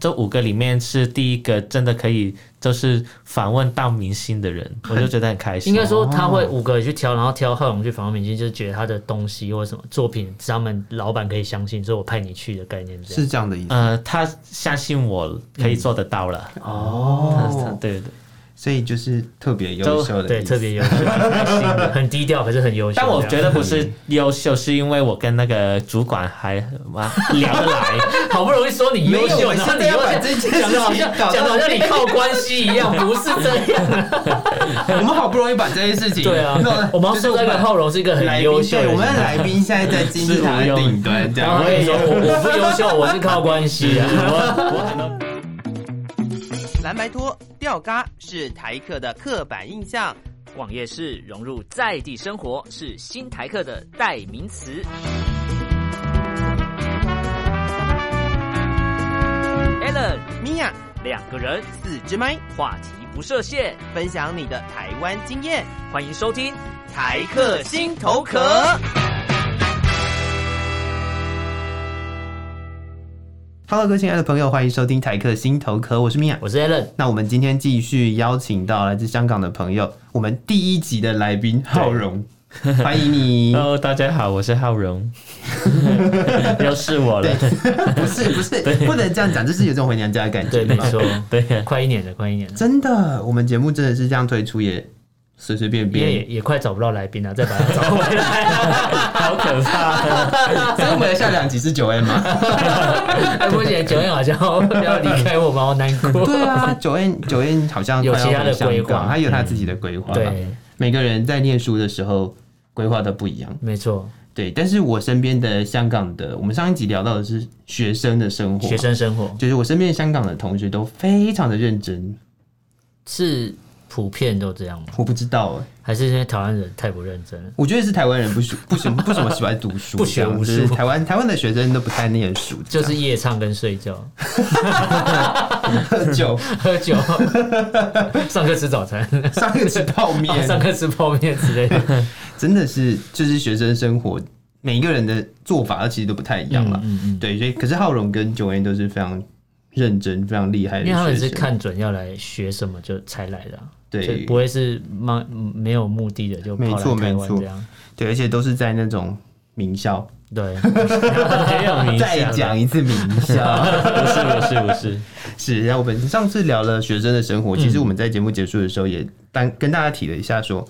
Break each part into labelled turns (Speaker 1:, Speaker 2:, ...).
Speaker 1: 这五个里面是第一个真的可以就是访问到明星的人，我就觉得很开心。
Speaker 2: 应该说他会五个去挑，然后挑贺龙去访问明星，就是觉得他的东西或者什么作品，他们老板可以相信，所以我派你去的概念这样。
Speaker 3: 是这样的意思。
Speaker 1: 呃，他相信我可以做得到了。
Speaker 3: 嗯哦，
Speaker 1: 对对，
Speaker 3: 所以就是特别优秀的
Speaker 2: 对，
Speaker 3: 意
Speaker 2: 特
Speaker 3: 思。
Speaker 2: 别优秀，很开心的很低调，可是很优秀这
Speaker 1: 但
Speaker 2: 样。
Speaker 1: 我觉得不是优秀，是因为我跟那个主管还嘛聊得来。
Speaker 2: 好不容易说你优
Speaker 3: 没有
Speaker 2: 秀，
Speaker 3: 我们
Speaker 2: 然后
Speaker 3: 现
Speaker 2: 你
Speaker 3: 在要
Speaker 2: 又
Speaker 3: 把这件
Speaker 2: 讲的好
Speaker 3: 事情
Speaker 2: 像
Speaker 3: 搞
Speaker 2: 讲的好
Speaker 3: 到
Speaker 2: 像你靠关系一样，不是这样。
Speaker 3: 哎我们好不容易把这件事情
Speaker 2: 对啊
Speaker 3: 弄得，
Speaker 2: 我们要
Speaker 3: 就是
Speaker 2: 说那个浩荣是一个
Speaker 3: 来
Speaker 2: 很
Speaker 3: 宾
Speaker 2: 优秀的
Speaker 3: 对
Speaker 2: 人。
Speaker 3: 我们的来宾现在在金字塔的顶端，这
Speaker 2: 然后他
Speaker 3: 样
Speaker 2: 跟你说我我不优秀，我是靠关系啊。
Speaker 4: 蓝白拖、吊嘎是台客的刻板印象。
Speaker 5: 逛夜市融入在地生活是新台客的代名词。Allen
Speaker 4: 米娅，
Speaker 5: 两个人
Speaker 4: 四支麦，
Speaker 5: 话题不设限，
Speaker 4: 分享你的台湾经验，
Speaker 5: 欢迎收听。
Speaker 4: 台客心头壳。
Speaker 3: ，Hello，各位亲爱的朋友，欢迎收听台客心头壳，我是米娅。
Speaker 2: 我是 Allen，
Speaker 3: 那我们今天继续邀请到来自香港的朋友，我们第一集的来宾浩荣，欢迎你。
Speaker 2: 哦
Speaker 1: Hello，大家好，我是浩荣， 又是我了。
Speaker 3: 不是不是，不能这样讲，就是有种回娘家的感觉。
Speaker 2: 对，没错，
Speaker 1: 对 呀，
Speaker 2: 快一年了，快一年了。
Speaker 3: 真的，我们节目真的是这样推出，也随随便
Speaker 2: 因为
Speaker 3: 便
Speaker 2: 也。也快找不到来宾了，再把他找回 来，
Speaker 1: 好可怕。
Speaker 3: 啊所以我们的下两集是九 M 嘛？
Speaker 2: 哎，不行，九燕好像要离开我们，好难 过。
Speaker 3: 对 啊，九 N 九 N 好像
Speaker 2: 有其他的
Speaker 3: 快要回
Speaker 2: 规
Speaker 3: 香港
Speaker 2: 划
Speaker 3: 他有他自己的规划。
Speaker 2: 对，
Speaker 3: 每个人在念书的时候规划都不一样。
Speaker 2: 没错，
Speaker 3: 对，但是我身边的香港的，我们上一集聊到的是学生的生活，
Speaker 2: 学生生活
Speaker 3: 就是我身边香港的同学都非常的认真，
Speaker 2: 是普遍都这样吗？
Speaker 3: 我不知道哎、
Speaker 2: 还是因为台湾人太不认真了？
Speaker 3: 我觉得是台湾人不喜 不喜不怎么喜欢读书，
Speaker 2: 不学无术
Speaker 3: 这样就是台湾台湾的学生都不太念书，
Speaker 2: 就
Speaker 3: 这
Speaker 2: 是夜唱跟睡觉、
Speaker 3: 样喝酒，
Speaker 2: 喝酒、 上课吃早餐、
Speaker 3: 上课吃泡 面，
Speaker 2: 上课吃泡面之 类的。
Speaker 3: 真的是就是学生生活，每一个人的做法其实都不太一样了。
Speaker 2: 嗯嗯，
Speaker 3: 对，所以可是浩荣跟九 N 都是非常认真、非常厉害的
Speaker 2: 因为
Speaker 3: 学生，
Speaker 2: 他们是看准要来学什么就才来的啊、
Speaker 3: 对
Speaker 2: 就不会是没没有目的的就跑
Speaker 3: 没错
Speaker 2: 来台
Speaker 3: 没
Speaker 2: 湾
Speaker 3: 错
Speaker 2: 这样。
Speaker 3: 对，而且都是在那种名校。
Speaker 2: 对，
Speaker 1: 没有名
Speaker 3: 再
Speaker 1: 校，
Speaker 3: 讲一次名校，
Speaker 1: 不是不是不是，
Speaker 3: 是。然后我们上次聊了学生的生
Speaker 2: 嗯
Speaker 3: 活，其实我们在节目结束的时候也单跟大家提了一下说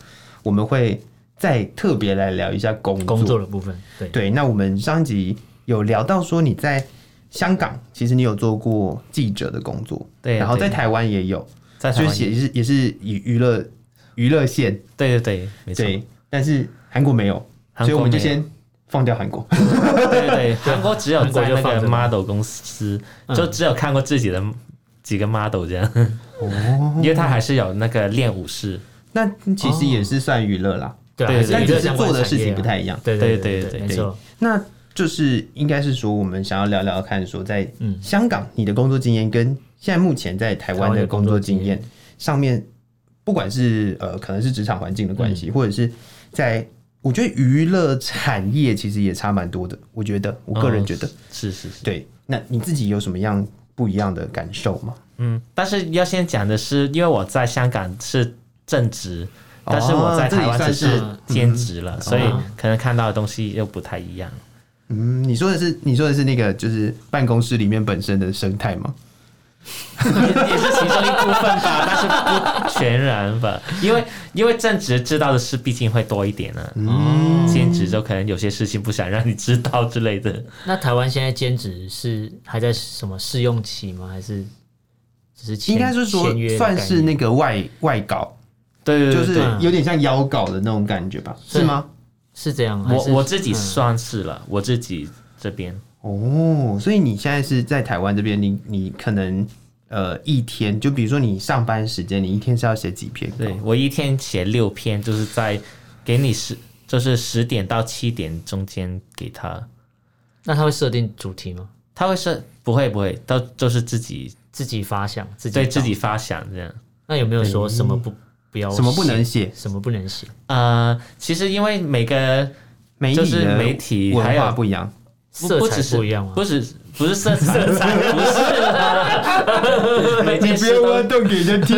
Speaker 3: 我们会再特别来聊一下工作。
Speaker 2: 工作的部分，对，
Speaker 3: 对，那我们上一集有聊到说你在香港，其实你有做过记者的工作，
Speaker 1: 对
Speaker 3: 然后
Speaker 1: 对
Speaker 3: 在台湾也有，
Speaker 1: 在台
Speaker 3: 就
Speaker 1: 湾
Speaker 3: 是也是也是以娱乐娱乐线
Speaker 1: 对对对，没错，
Speaker 3: 对，但是韩国没有，
Speaker 1: 韩国
Speaker 3: 所以我们就
Speaker 1: 没有
Speaker 3: 先放掉韩国。
Speaker 1: 对对对， 韩国只有
Speaker 2: 韩国
Speaker 1: 在
Speaker 2: 就
Speaker 1: 那
Speaker 2: 放
Speaker 1: 个
Speaker 2: 着嗯嘛
Speaker 1: model 公司，就只有看过自己的几个 model 这样，
Speaker 2: 哦
Speaker 1: 因为他还是有那个练武士，
Speaker 3: 那其实也是算娱乐啦，
Speaker 2: 对啊，
Speaker 1: 对
Speaker 2: 还是
Speaker 3: 但
Speaker 2: 娱
Speaker 3: 只
Speaker 2: 乐
Speaker 3: 是
Speaker 2: 相关
Speaker 3: 做的
Speaker 2: 产
Speaker 3: 事
Speaker 2: 业
Speaker 3: 情
Speaker 2: 啊
Speaker 3: 不太一样。
Speaker 2: 对对
Speaker 1: 对
Speaker 2: 对
Speaker 1: 对
Speaker 2: 没
Speaker 3: 对
Speaker 2: 错，
Speaker 3: 那就是应该是说，我们想要聊聊看，说在
Speaker 2: 嗯
Speaker 3: 香港你的工作经验跟现在目前在台湾的工作经
Speaker 2: 台湾的
Speaker 3: 验上面，不管是呃可能是职场环境的关
Speaker 2: 嗯
Speaker 3: 系，或者是在我觉得娱乐产业其实也差蛮多的。我觉得我个人觉
Speaker 2: 哦
Speaker 3: 得，
Speaker 1: 是是是，
Speaker 3: 对。那你自己有什么样不一样的感受吗？
Speaker 1: 嗯，但是要先讲的是，因为我在香港是正职。
Speaker 3: 哦
Speaker 1: 但是我在台湾只
Speaker 3: 这也
Speaker 1: 是
Speaker 2: 哦算是
Speaker 1: 兼职了，所以
Speaker 2: 哦
Speaker 1: 可能看到的东西又不太一样。
Speaker 3: 嗯，你说的是你说的是那个就是办公室里面本身的生态吗？
Speaker 1: 也是其中一部分吧，但是不全然吧，因为因为正职知道的事毕竟会多一点呢、啊，
Speaker 2: 嗯
Speaker 1: 兼职就可能有些事情不想让你知道之类的。
Speaker 2: 那台湾现在兼职是还在什么试用期吗？还是只是签
Speaker 3: 应该是说
Speaker 2: 签约的概
Speaker 3: 算
Speaker 2: 念
Speaker 3: 是那个外外稿，
Speaker 1: 对对对，
Speaker 3: 就是
Speaker 1: 对
Speaker 3: 有点像邀稿的那种感觉吧？
Speaker 2: 对
Speaker 3: 是吗？
Speaker 2: 是这样？还
Speaker 1: 我
Speaker 2: 是
Speaker 1: 我自己
Speaker 2: 嗯
Speaker 1: 算是了，我自己这边
Speaker 3: 哦，所以你现在是在台湾这边，你你可能呃一天，就比如说你上班时间，你一天是要写几篇稿？
Speaker 1: 对我一天写六篇，就是在给你十就是十点到七点中间给他，
Speaker 2: 那他会设定主题吗？
Speaker 1: 他会是不会不会，都就是自己
Speaker 2: 自己发想，自己
Speaker 1: 对
Speaker 2: 找
Speaker 1: 自己。发想这样。
Speaker 2: 那有没有说什么不不要？
Speaker 3: 嗯什么不能写？
Speaker 2: 什么不能写？
Speaker 1: 呃，其实因为每个
Speaker 3: 媒体
Speaker 1: 就是
Speaker 3: 的
Speaker 1: 媒体
Speaker 3: 文
Speaker 1: 还
Speaker 3: 化
Speaker 1: 有
Speaker 3: 不一样，
Speaker 1: 不
Speaker 2: 色
Speaker 1: 不
Speaker 2: 彩
Speaker 1: 只是
Speaker 2: 不一样吗？
Speaker 1: 不只不是色彩，色彩不是 啦，每件事都
Speaker 3: 洞给人家跳。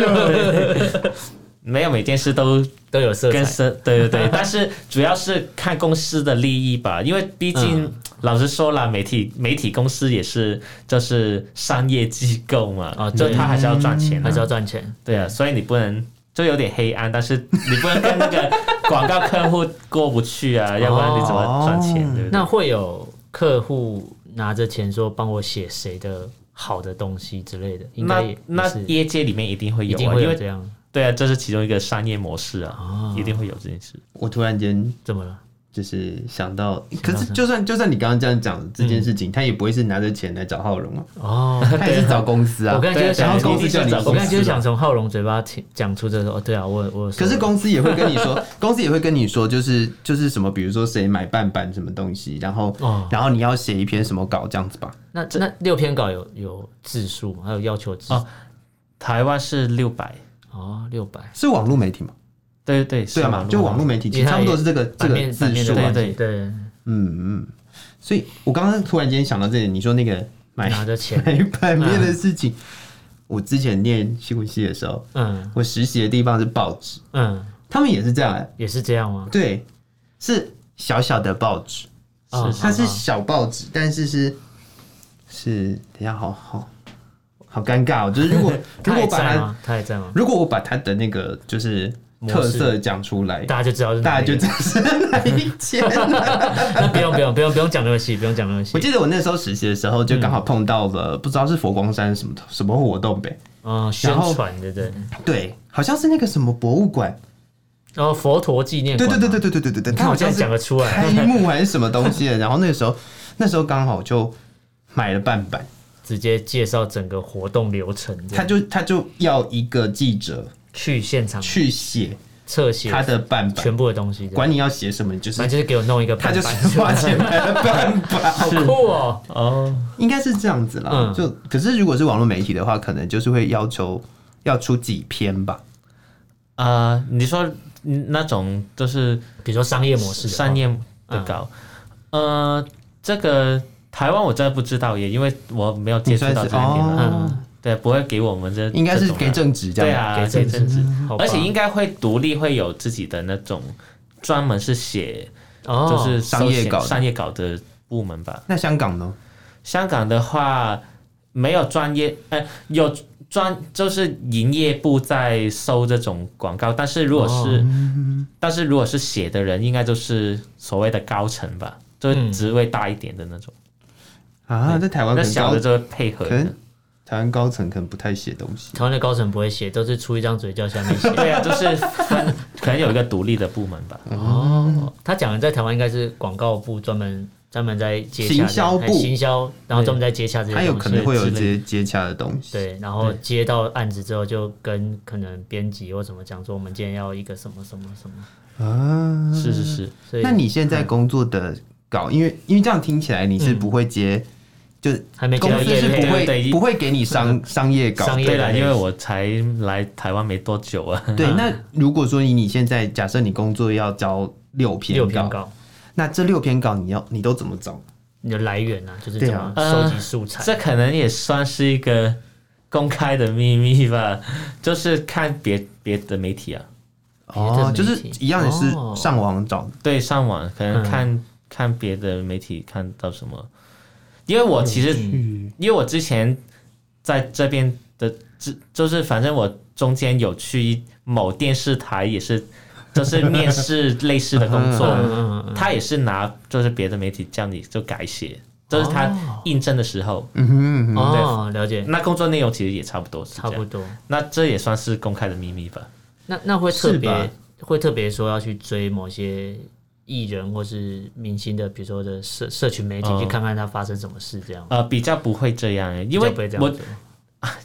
Speaker 1: 没有每件事都
Speaker 2: 都有色
Speaker 1: 跟
Speaker 2: 彩。
Speaker 1: 生对对对，但是主要是看公司的利益吧，因为毕竟、老实说了，媒体媒体公司也是就是商业机构嘛，
Speaker 2: 啊
Speaker 1: 就
Speaker 2: 对
Speaker 1: 他还是要赚钱、啊，
Speaker 2: 还是要赚钱，
Speaker 1: 对啊，所以你不能就有点黑暗，但是你不能跟那个广告客户过不去啊，要不然你怎么赚钱？对不对？
Speaker 2: 那会有客户拿着钱说帮我写谁的好的东西之类的，应该
Speaker 1: 那
Speaker 2: 也也
Speaker 1: 那
Speaker 2: 是
Speaker 3: 啊
Speaker 1: 业界里面一定会
Speaker 2: 一
Speaker 1: 有
Speaker 2: 定
Speaker 1: 啊，
Speaker 2: 会
Speaker 1: 因
Speaker 2: 有
Speaker 1: 为
Speaker 2: 这样。
Speaker 1: 对啊，这是其中一个商业模式啊，
Speaker 2: 哦
Speaker 1: 一定会有这件事。
Speaker 3: 我突然间
Speaker 2: 怎么了？
Speaker 3: 就是想到，可是就算就算你刚刚这样讲这件事情，他也不会是拿着钱来找浩荣啊，
Speaker 2: 哦，
Speaker 3: 他也是找公司 啊。
Speaker 2: 我刚才就是
Speaker 1: 对
Speaker 3: 然
Speaker 2: 想
Speaker 3: 后
Speaker 1: 对
Speaker 3: 公司叫你
Speaker 1: 一定是找
Speaker 2: 我
Speaker 1: 公
Speaker 2: 刚才
Speaker 1: 司
Speaker 2: 就是想从浩龙嘴巴听讲出这个，哦，对啊，我我
Speaker 3: 可是公司也会跟你说，公司也会跟你说，就是就是什么，比如说谁买半版什么东西，然后、
Speaker 2: 哦
Speaker 3: 然后你要写一篇什么稿这样子吧。
Speaker 2: 那那六篇稿有有字数吗？还有要求字数
Speaker 1: 哦台湾是六百，
Speaker 2: 哦，六百，
Speaker 3: 是网络媒体嘛？
Speaker 1: 对对对，
Speaker 3: 对啊嘛，就网络媒体其实差不多是这个这
Speaker 2: 版
Speaker 3: 个
Speaker 2: 面版
Speaker 3: 字
Speaker 2: 面
Speaker 3: 数
Speaker 2: 的
Speaker 3: 啊。
Speaker 2: 问
Speaker 1: 对
Speaker 2: 题，对，
Speaker 3: 嗯嗯，所以我刚刚突然间想到这里，你说那个买
Speaker 2: 拿着钱
Speaker 3: 买版面的事情，我之前念新闻系的时候，
Speaker 2: 嗯
Speaker 3: 我实习的地方是报纸，
Speaker 2: 嗯，
Speaker 3: 他们也是这样哎、
Speaker 2: 也是这样吗？
Speaker 3: 对，是小小的报纸，
Speaker 2: 哦
Speaker 1: 是是
Speaker 3: 它是小报纸，但是是是，等一下，好好好尴尬、哦，就是 如果如
Speaker 2: 他
Speaker 3: 果
Speaker 2: 还
Speaker 3: 把
Speaker 2: 在
Speaker 3: 它
Speaker 2: 吗？他还在吗？
Speaker 3: 如果我把它的那个就是特色讲出来，
Speaker 2: 大家就知道是哪
Speaker 3: 大家
Speaker 2: 一
Speaker 3: 就
Speaker 2: 个，
Speaker 3: 知道是哪一间 了。
Speaker 2: 不用不用不用不用讲那么细，不用讲那么细
Speaker 3: 我。记得我那时候实习的时候，就刚好碰到了、不知道是佛光山什么什么活动呗，
Speaker 2: 嗯，宣
Speaker 3: 然后
Speaker 2: 传对不对？
Speaker 3: 对，好像是那个什么博物馆，
Speaker 2: 然后佛陀纪念
Speaker 3: 对
Speaker 2: 馆嘛，
Speaker 3: 对对对对对对对对，
Speaker 2: 你看
Speaker 3: 它
Speaker 2: 我
Speaker 3: 好
Speaker 2: 现
Speaker 3: 像
Speaker 2: 在
Speaker 3: 是
Speaker 2: 讲得出来
Speaker 3: 开幕还是什么东西的。然 后那个时候，那时候刚好就买了半版，
Speaker 2: 直接介绍整个活动流程这
Speaker 3: 他
Speaker 2: 样，
Speaker 3: 就他就要一个记者
Speaker 2: 去现场
Speaker 3: 去写
Speaker 2: 侧写
Speaker 3: 他的半版，
Speaker 2: 全部的东西这样，
Speaker 3: 管你要写什么，你就是
Speaker 2: 反正就是给我弄一个
Speaker 3: 他
Speaker 2: 板
Speaker 3: 就
Speaker 2: 板，
Speaker 3: 是 花钱买了半版，
Speaker 2: 好 酷哦，
Speaker 1: 哦，
Speaker 3: 应该是这样子啦。
Speaker 2: 嗯
Speaker 3: 就可是如果是网络媒体的话，可能就是会要求要出几篇吧。
Speaker 1: 啊，你说嗯那种就是
Speaker 2: 比如说商业模式的话，
Speaker 1: 商业的稿，
Speaker 3: 嗯
Speaker 1: 呃，这个台湾我真的不知道耶，因为我没有接
Speaker 3: 你
Speaker 1: 触
Speaker 3: 算
Speaker 1: 到
Speaker 3: 是
Speaker 1: 这一点啊，
Speaker 3: 哦，
Speaker 1: 对，不会给我们这
Speaker 3: 应该是
Speaker 1: 这种啊
Speaker 3: 给正职这
Speaker 1: 对
Speaker 3: 样。
Speaker 1: 啊，
Speaker 2: 给
Speaker 1: 给政
Speaker 2: 政
Speaker 1: 治，
Speaker 2: 好吧
Speaker 1: 而且应该会独立会有自己的那种专门是写
Speaker 2: 哦，
Speaker 1: 就是
Speaker 3: 商业
Speaker 1: 搜寻
Speaker 3: 稿的
Speaker 1: 商业稿的部门吧。
Speaker 3: 那香港呢？
Speaker 1: 香港的话没有专业，呃，有专就是营业部在收这种广告，但是如果是、
Speaker 3: 哦
Speaker 1: 但是如果是写的人，应该就是所谓的高层吧，就是
Speaker 2: 嗯
Speaker 1: 职位大一点的那种，
Speaker 3: 啊，在台湾
Speaker 1: 那
Speaker 3: 可能
Speaker 1: 小
Speaker 3: 高
Speaker 1: 的就会配合
Speaker 3: 可
Speaker 1: 的。
Speaker 3: 能台湾高层可能不太写东西。
Speaker 2: 台湾的高层不会写，都是出一张嘴叫下面写。
Speaker 1: 对啊，就是 分可能有一个独立的部门吧。
Speaker 2: 哦，他讲的在台湾应该是广告部专门专门在接洽的
Speaker 3: 行销部
Speaker 2: 哎行销，然后专门在接洽这些
Speaker 3: 他有可
Speaker 2: 东
Speaker 3: 能
Speaker 2: 西
Speaker 3: 会有
Speaker 1: 之
Speaker 3: 这
Speaker 1: 类
Speaker 3: 些接洽的东西。
Speaker 2: 对，然后接到案子之后，就跟可能编辑或什么讲说，我们今天要一个什么什么什么。
Speaker 3: 啊，
Speaker 1: 是是是，
Speaker 2: 所以
Speaker 3: 那你现在工作的稿，
Speaker 1: 嗯
Speaker 3: 因为因为这样听起来你是不会接，就是
Speaker 2: 还没接
Speaker 3: 公
Speaker 2: 到
Speaker 3: 司
Speaker 2: 业
Speaker 3: 是
Speaker 2: 配
Speaker 3: 不
Speaker 1: 对对
Speaker 3: 会
Speaker 1: 对
Speaker 3: 不会给你商商业稿
Speaker 2: 商
Speaker 3: 的。
Speaker 2: 业
Speaker 1: 对了，
Speaker 2: 类
Speaker 1: 因为我才来台湾没多久啊。
Speaker 2: 嗯
Speaker 3: 对，那如果说你你现在假设你工作要交六篇
Speaker 2: 六篇
Speaker 3: 稿，
Speaker 2: 稿，
Speaker 3: 那这六篇稿你要你都怎么找？
Speaker 2: 你的来源啊，就是
Speaker 3: 对
Speaker 2: 怎
Speaker 3: 啊
Speaker 2: 么收集素材。
Speaker 1: 这可能也算是一个公开的秘密吧，就是看别别的媒体啊，
Speaker 2: 的
Speaker 3: 哦，
Speaker 2: 媒体
Speaker 3: 就是一样也是
Speaker 2: 哦
Speaker 3: 上网找，
Speaker 1: 对，上网可
Speaker 2: 嗯
Speaker 1: 能看、看别的媒体看到什么，因为我其实、
Speaker 2: 嗯
Speaker 1: 因为我之前在这边的，这就是反正我中间有去某电视台也是， 就是面试类似的工作，
Speaker 2: 嗯嗯嗯，
Speaker 1: 他也是拿就是别的媒体叫你就改写，就是他应征的时候，
Speaker 3: 嗯哼嗯哼，
Speaker 2: 哦，了解，
Speaker 1: 那工作内容其实也差不多是这
Speaker 2: 差
Speaker 1: 样，
Speaker 2: 不多。
Speaker 1: 那这也算是公开的秘密吧。
Speaker 2: 那那会特
Speaker 3: 是吧
Speaker 2: 别会特别说要去追某些艺人或是明星的，比如说的社社群媒体、
Speaker 1: 嗯
Speaker 2: 去看看他发生什么事这样吗，
Speaker 1: 呃，比较不会这样，因为
Speaker 2: 比较不会这样
Speaker 1: 我
Speaker 2: 做。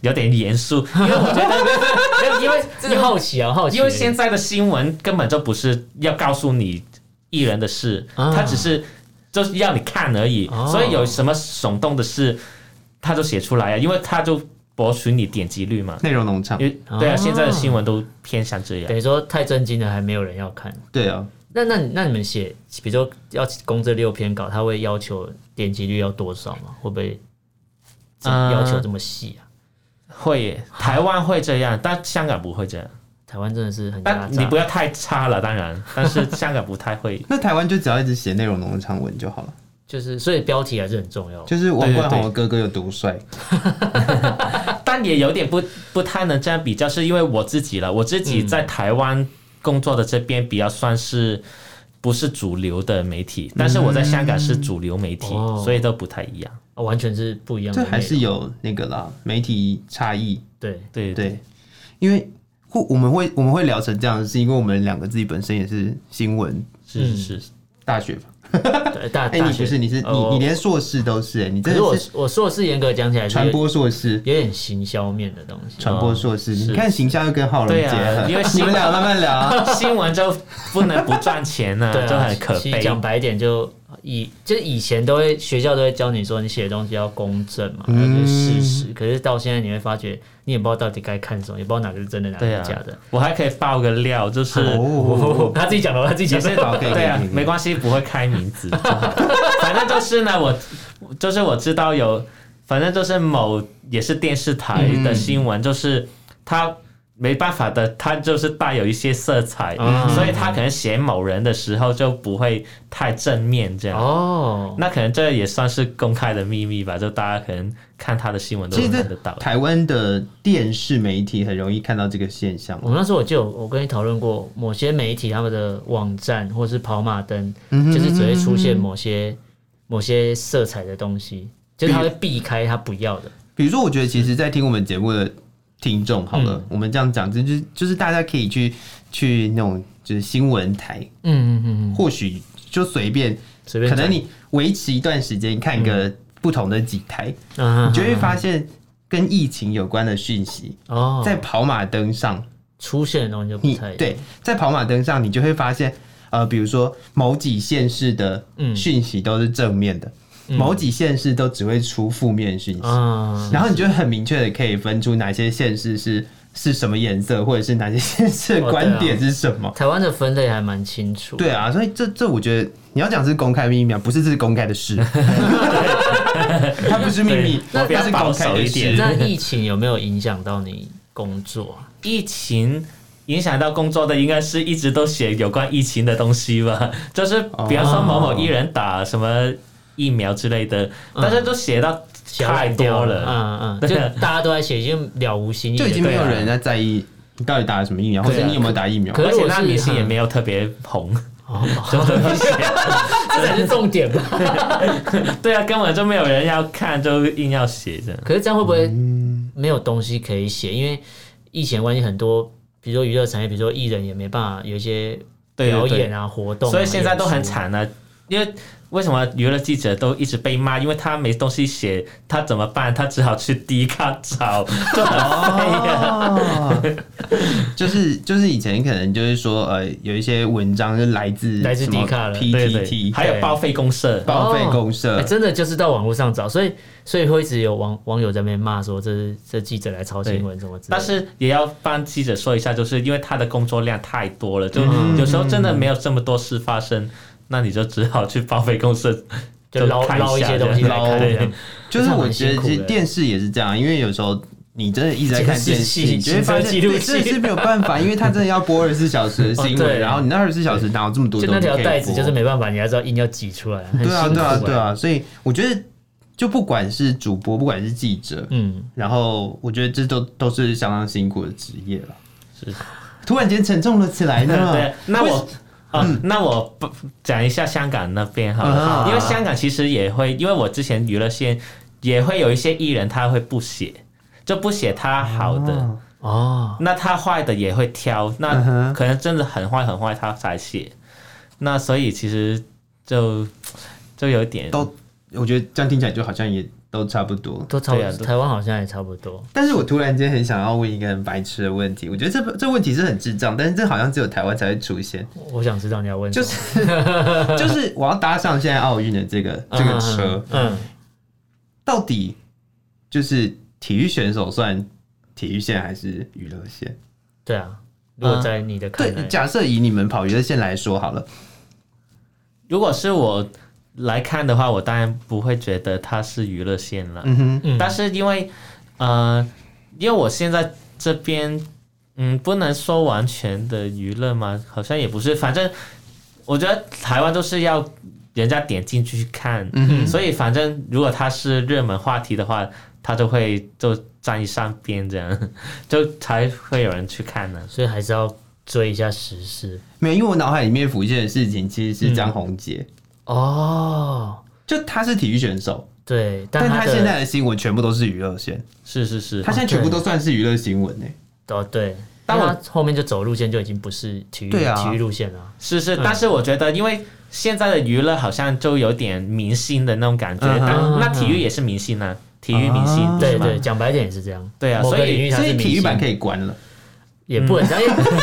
Speaker 1: 有点严肃，因为我觉得没有，因为
Speaker 2: 这个好奇啊，好奇，
Speaker 1: 因为现在的新闻根本就不是要告诉你艺人的事，
Speaker 2: 啊
Speaker 1: 他只是就是要你看而已，
Speaker 2: 哦
Speaker 1: 所以有什么耸动的事，他就写出来啊，因为他就博取你点击率嘛。
Speaker 3: 内容农场
Speaker 1: 因，为对啊，
Speaker 2: 哦
Speaker 1: 现在的新闻都偏向这样
Speaker 2: 等。于说太震惊了，还没有人要看。
Speaker 3: 对啊，。
Speaker 2: 那那你那你们写，比如说要攻这六篇稿，他会要求点击率要多少吗？会不会怎么要求
Speaker 1: 嗯
Speaker 2: 这么细啊？
Speaker 1: 会耶，台湾会这样，但香港不会这样。
Speaker 2: 台湾真的是很压
Speaker 1: 但你
Speaker 2: 榨
Speaker 1: 不。要太差了，当然，但是香港不太会
Speaker 3: 那台湾就只要一直写内容农场文就好了。
Speaker 2: 就是，所以标题还是很重要。
Speaker 3: 就是王
Speaker 1: 对对
Speaker 3: 冠宏
Speaker 1: 对
Speaker 3: 的哥哥有多帅，
Speaker 1: 但也有点不不太能这样比较，是因为我自己了，我自己在
Speaker 2: 嗯
Speaker 1: 台湾工作的这边比较算是不是主流的媒体，
Speaker 2: 嗯
Speaker 1: 但是我在香港是主流媒体，
Speaker 2: 哦
Speaker 1: 所以都不太一样。
Speaker 2: 哦完全是不一样的
Speaker 3: 这
Speaker 2: 内容。
Speaker 3: 还是有那个啦，媒体差异。
Speaker 2: 对
Speaker 1: 对
Speaker 3: 对，因为会我们会我们会聊成这样，是因为我们两个自己本身也是新闻
Speaker 1: 是是是，
Speaker 3: 大学吧？
Speaker 2: 对呃大
Speaker 3: 哎、
Speaker 2: 大
Speaker 3: 你不
Speaker 2: 学
Speaker 3: 是，你是、
Speaker 2: 哦
Speaker 3: 你你连硕士都是、哎，你
Speaker 2: 可
Speaker 3: 真
Speaker 2: 是我
Speaker 3: 的是
Speaker 2: 我硕士严格讲起来是
Speaker 3: 传
Speaker 2: 有
Speaker 3: 播硕士。
Speaker 2: 有点行销面的东西。
Speaker 3: 传播硕士，你看形象又跟浩荣
Speaker 1: 对
Speaker 3: 结
Speaker 1: 啊
Speaker 3: 合，
Speaker 1: 因为
Speaker 3: 你们俩慢慢聊 啊。
Speaker 1: 新闻就不能不赚钱呢、
Speaker 2: 嗯 对啊，
Speaker 1: 就很可
Speaker 2: 其实
Speaker 1: 悲。
Speaker 2: 讲白一点就，以就是以前都会学校都会教你说你写的东西要公正嘛，
Speaker 3: 嗯
Speaker 2: 或者事实。可是到现在你会发觉，你也不知道到底该看什么，也不知道哪个是真的，哪个
Speaker 1: 对
Speaker 2: 是
Speaker 1: 啊
Speaker 2: 假的。，
Speaker 1: 我还可以爆个料，就是
Speaker 3: 哦，
Speaker 2: 他自己讲的，他自己
Speaker 1: 其
Speaker 2: 讲
Speaker 1: 实
Speaker 2: 的。
Speaker 3: 可以
Speaker 1: 对啊
Speaker 3: 可以可，以
Speaker 1: 没关系，不会开名字。就好反正就是呢，我就是我知道有，反正就是某也是电视台的新闻，就是他没办法的，他就是带有一些色彩，
Speaker 3: 啊
Speaker 2: 嗯
Speaker 1: 所以他可能写某人的时候就不会太正面这样。
Speaker 2: 哦，
Speaker 1: 那可能这也算是公开的秘密吧，就大家可能看他的新闻都
Speaker 3: 其实
Speaker 1: 能
Speaker 3: 在
Speaker 1: 看得到。
Speaker 3: 台湾的电视媒体很容易看到这个现象。
Speaker 2: 我那时候我就有我跟你讨论过，某些媒体他们的网站或是跑马灯，
Speaker 3: 嗯
Speaker 2: 就是只会出现某些某些色彩的东西，就是他会避开他不要的。
Speaker 3: 比如说，我觉得其实，在听我们节目的听众，好了，我们这样讲，就是就是大家可以去去那种就是新闻台，
Speaker 2: 嗯嗯嗯嗯，
Speaker 3: 或许就随便，
Speaker 2: 随便
Speaker 3: 可
Speaker 2: 讲。
Speaker 3: 能你维持一段时间，看个不同的几台，
Speaker 2: 嗯
Speaker 3: 你就会发现跟疫情有关的讯息，
Speaker 2: 哦，
Speaker 3: 在跑马灯上，
Speaker 2: 出现的东西就不
Speaker 3: 你
Speaker 2: 太一样
Speaker 3: 对，在跑马灯上，你就会发现，呃，比如说某几县市的讯息都是正面的，
Speaker 1: 嗯
Speaker 3: 某几县市都只会出负面讯息。
Speaker 2: 啊，
Speaker 3: 然后你就很明确的可以分出哪些县市是是什么颜色，或者是哪些县市
Speaker 1: 哦啊
Speaker 3: 的观点是什么。
Speaker 2: 台湾的分类还蛮清楚。
Speaker 3: 对，啊，所以这这我觉得你要讲是公开秘密啊，不是这是公开 的事，它不是秘密，
Speaker 1: 对
Speaker 3: 它是
Speaker 1: 我比
Speaker 3: 公开
Speaker 1: 较保守
Speaker 3: 的
Speaker 1: 一
Speaker 3: 事
Speaker 1: 点。
Speaker 2: 那疫情有没有影响到你工作啊？
Speaker 1: 疫情影响到工作的，应该是一直都写有关疫情的东西吧？ 就是比方说某某艺人打什么疫苗之类的，但是都写到太多了。
Speaker 2: 嗯嗯，就
Speaker 1: 对啊
Speaker 2: 大家都在写，已经了无新意
Speaker 3: 就
Speaker 2: 了，
Speaker 3: 已经没有
Speaker 2: 对啊
Speaker 3: 人在在意你到底打了什么疫苗，或
Speaker 1: 对啊
Speaker 3: 者你有没有打疫苗
Speaker 2: 可。是
Speaker 1: 而且
Speaker 2: 我
Speaker 1: 那
Speaker 2: 是
Speaker 1: 明星也没有特别红， 就都不写。
Speaker 2: 这才是重点吧？
Speaker 1: 对啊，根本就没有人要看，就硬要写的。
Speaker 2: 可是这样会不会没有东西可以写？因为疫情的关系，很多比如说娱乐产业，比如说艺人也没办法有一些
Speaker 1: 对
Speaker 2: 表
Speaker 1: 对对
Speaker 2: 演啊、活动啊，
Speaker 1: 所以现在都很
Speaker 2: 演出。
Speaker 1: 惨了、因为为什么娱乐记者都一直被骂？因为他没东西写，他怎么办？他只好去 D 卡找，就很废啊。
Speaker 3: 哦，就是就是以前可能就是说呃有一些文章是来自
Speaker 2: 来自
Speaker 3: 什么
Speaker 2: Dcard 的
Speaker 1: 对对，
Speaker 3: PTT
Speaker 1: 还有报废公社，
Speaker 3: 报废公社
Speaker 2: 哎，真的就是到网络上找，所以所以会一直有网网友在那边骂说这是这记者来抄新闻什么之类的。
Speaker 1: 但是也要帮记者说一下，就是因为他的工作量太多了，就有时候真的没有这么多事发生，那你就只好去报废公社，
Speaker 2: 就捞
Speaker 1: 看
Speaker 2: 捞一
Speaker 1: 下
Speaker 2: 些
Speaker 1: 这
Speaker 2: 东
Speaker 1: 样
Speaker 2: 西来
Speaker 3: 捞
Speaker 2: 看这样，
Speaker 3: 就是我觉
Speaker 2: 这
Speaker 3: 得
Speaker 2: 样很
Speaker 3: 其
Speaker 2: 辛苦
Speaker 3: 实
Speaker 2: 欸
Speaker 3: 电视也是这样，因为有时候你真的一直在看电视，
Speaker 2: 电视
Speaker 3: 你就会发
Speaker 2: 行车
Speaker 3: 现
Speaker 2: 记录
Speaker 3: 对
Speaker 2: 器
Speaker 3: 真的是没有办法，因为它真的要播二十四小时的新
Speaker 2: 哦对
Speaker 3: 闻，然后你那二十四小时哪有这么多
Speaker 2: 就
Speaker 3: 东
Speaker 2: 那
Speaker 3: 西可以
Speaker 2: 条
Speaker 3: 播？
Speaker 2: 带子就是没办法，你还知道硬要挤出来，很
Speaker 3: 对啊
Speaker 2: 辛苦
Speaker 3: 对啊
Speaker 2: 欸
Speaker 3: 对，啊，所以我觉得就不管是主播，不管是记者，
Speaker 2: 嗯，
Speaker 3: 然后我觉得这都都是相当辛苦的职业了。
Speaker 1: 是，
Speaker 3: 突然间沉重了起来呢。
Speaker 1: 对，那
Speaker 3: 为
Speaker 1: 我。啊、那我不讲一下香港那边好
Speaker 3: 嗯好
Speaker 1: 了，
Speaker 3: 啊
Speaker 1: 因为香港其实也会，因为我之前娱乐线也会有一些艺人，他会不写，就不写他好的，
Speaker 3: 哦
Speaker 2: 哦，
Speaker 1: 那他坏的也会挑，
Speaker 3: 嗯
Speaker 1: 那
Speaker 3: 哼
Speaker 1: 可能真的很坏很坏他才写，那所以其实就就有点
Speaker 3: 都，我觉得这样听起来就好像也都差不多。
Speaker 2: 都差不
Speaker 1: 对
Speaker 2: 多，
Speaker 1: 啊都
Speaker 2: 台湾好像也差不多，
Speaker 3: 但是我突然间很想要问一个很白痴的问题，我觉得这这问题是很智障，但是这好像只有台湾才会 出现，
Speaker 2: 我想知道你要问什
Speaker 3: 就
Speaker 2: 么，
Speaker 3: 是就是我要搭上现在奥运的这个这个车，
Speaker 2: 嗯，嗯，
Speaker 3: 到底就是体育选手算体育线还是娱乐线？
Speaker 2: 对啊，如果在你的看
Speaker 3: 对，
Speaker 2: 来，
Speaker 3: 假设以你们跑娱乐线来说好了，
Speaker 1: 如果是我来看的话，我当然不会觉得它是娱乐线了。
Speaker 3: 嗯哼，
Speaker 2: 嗯
Speaker 1: 但是因为呃，因为我现在这边嗯，不能说完全的娱乐嘛，好像也不是，反正我觉得台湾都是要人家点进去看，
Speaker 3: 嗯
Speaker 1: 所以反正如果它是热门话题的话，它就会就站一上边这样， 就才会有人去看呢。
Speaker 2: 所以还是要追一下时事
Speaker 3: 没有，因为我脑海里面浮现的事情其实是
Speaker 1: 嗯
Speaker 3: 张宏杰，
Speaker 2: 哦。
Speaker 3: 就他是体育选手，
Speaker 2: 对，
Speaker 3: 但
Speaker 2: 他
Speaker 3: 他
Speaker 2: 的
Speaker 3: 现在的新闻全部都是娱乐线，
Speaker 1: 是是是，
Speaker 3: 他现在全部都算是娱乐新闻欸呢。
Speaker 2: 哦对，
Speaker 1: 但
Speaker 2: 但
Speaker 1: 我
Speaker 2: 我后面就走路线就已经不是体育
Speaker 3: 对啊
Speaker 2: 体育路线了。
Speaker 1: 是是，但是我觉得，因为现在的娱乐好像就有点明星的那种感觉，
Speaker 3: 嗯哼
Speaker 1: 但那体育也是明星啊，体育明星，
Speaker 3: 啊
Speaker 2: 对
Speaker 1: 是吧
Speaker 2: 对，，讲白点也是这样。
Speaker 1: 对啊
Speaker 2: 某个
Speaker 1: 所以
Speaker 2: 领域它
Speaker 3: 所
Speaker 2: 是
Speaker 3: 以体育版可
Speaker 2: 以
Speaker 3: 以关了，
Speaker 2: 也不能这样， 因为因为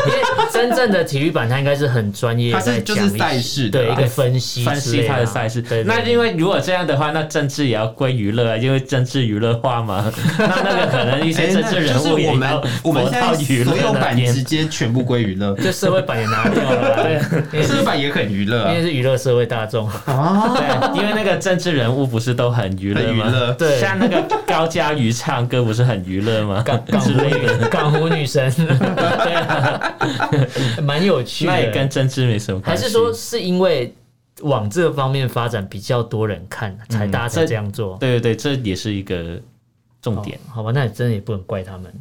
Speaker 2: 真正的体育版它应该是很专业
Speaker 3: 它
Speaker 2: 在
Speaker 3: 是
Speaker 2: 讲一些，
Speaker 3: 就是赛事的
Speaker 2: 对
Speaker 3: 啦
Speaker 2: 一个分析
Speaker 1: 分
Speaker 2: 之
Speaker 1: 析
Speaker 2: 类
Speaker 1: 他的
Speaker 2: 啊
Speaker 1: 赛事。
Speaker 2: 对，
Speaker 1: 那因
Speaker 2: 为
Speaker 1: 为如果这样的话，那政治也要归娱乐啊，因为政治娱乐化 嘛。那那个可能一些
Speaker 3: 哎
Speaker 1: 政
Speaker 3: 那
Speaker 1: 治
Speaker 3: 就
Speaker 1: 人
Speaker 3: 是
Speaker 1: 物也
Speaker 3: 我们
Speaker 1: 要
Speaker 3: 我们
Speaker 1: 挪
Speaker 3: 现
Speaker 1: 到
Speaker 3: 在
Speaker 1: 娱
Speaker 3: 所
Speaker 1: 乐
Speaker 3: 有
Speaker 1: 那
Speaker 3: 版
Speaker 1: 边
Speaker 3: 直。接全部归娱乐，
Speaker 2: 就社会版也拿掉了啦，对啊， 因为
Speaker 3: 社会版也很娱乐
Speaker 2: 因为
Speaker 3: 啊
Speaker 2: 是娱乐社会大众，
Speaker 3: 啊，
Speaker 1: 对，因为那个政治人物不是都很娱乐
Speaker 3: 很娱
Speaker 1: 吗？
Speaker 3: 乐。
Speaker 2: 对
Speaker 1: 像那个高佳瑜唱歌不是很娱乐 吗？
Speaker 2: 港港
Speaker 1: 之
Speaker 2: 湖
Speaker 1: 类的，
Speaker 2: 女港湖女神，
Speaker 1: 对啊，
Speaker 2: 蛮有趣的。
Speaker 1: 那也跟政治没什么
Speaker 2: 还
Speaker 1: 关系。
Speaker 2: 是说是因为往这方面发展比较多人看，才
Speaker 1: 嗯
Speaker 2: 大家才
Speaker 1: 这
Speaker 2: 这样做。
Speaker 1: 对对对，这也是一个重
Speaker 3: 嗯
Speaker 1: 点。
Speaker 2: 哦好吧，那真的也不能怪他们，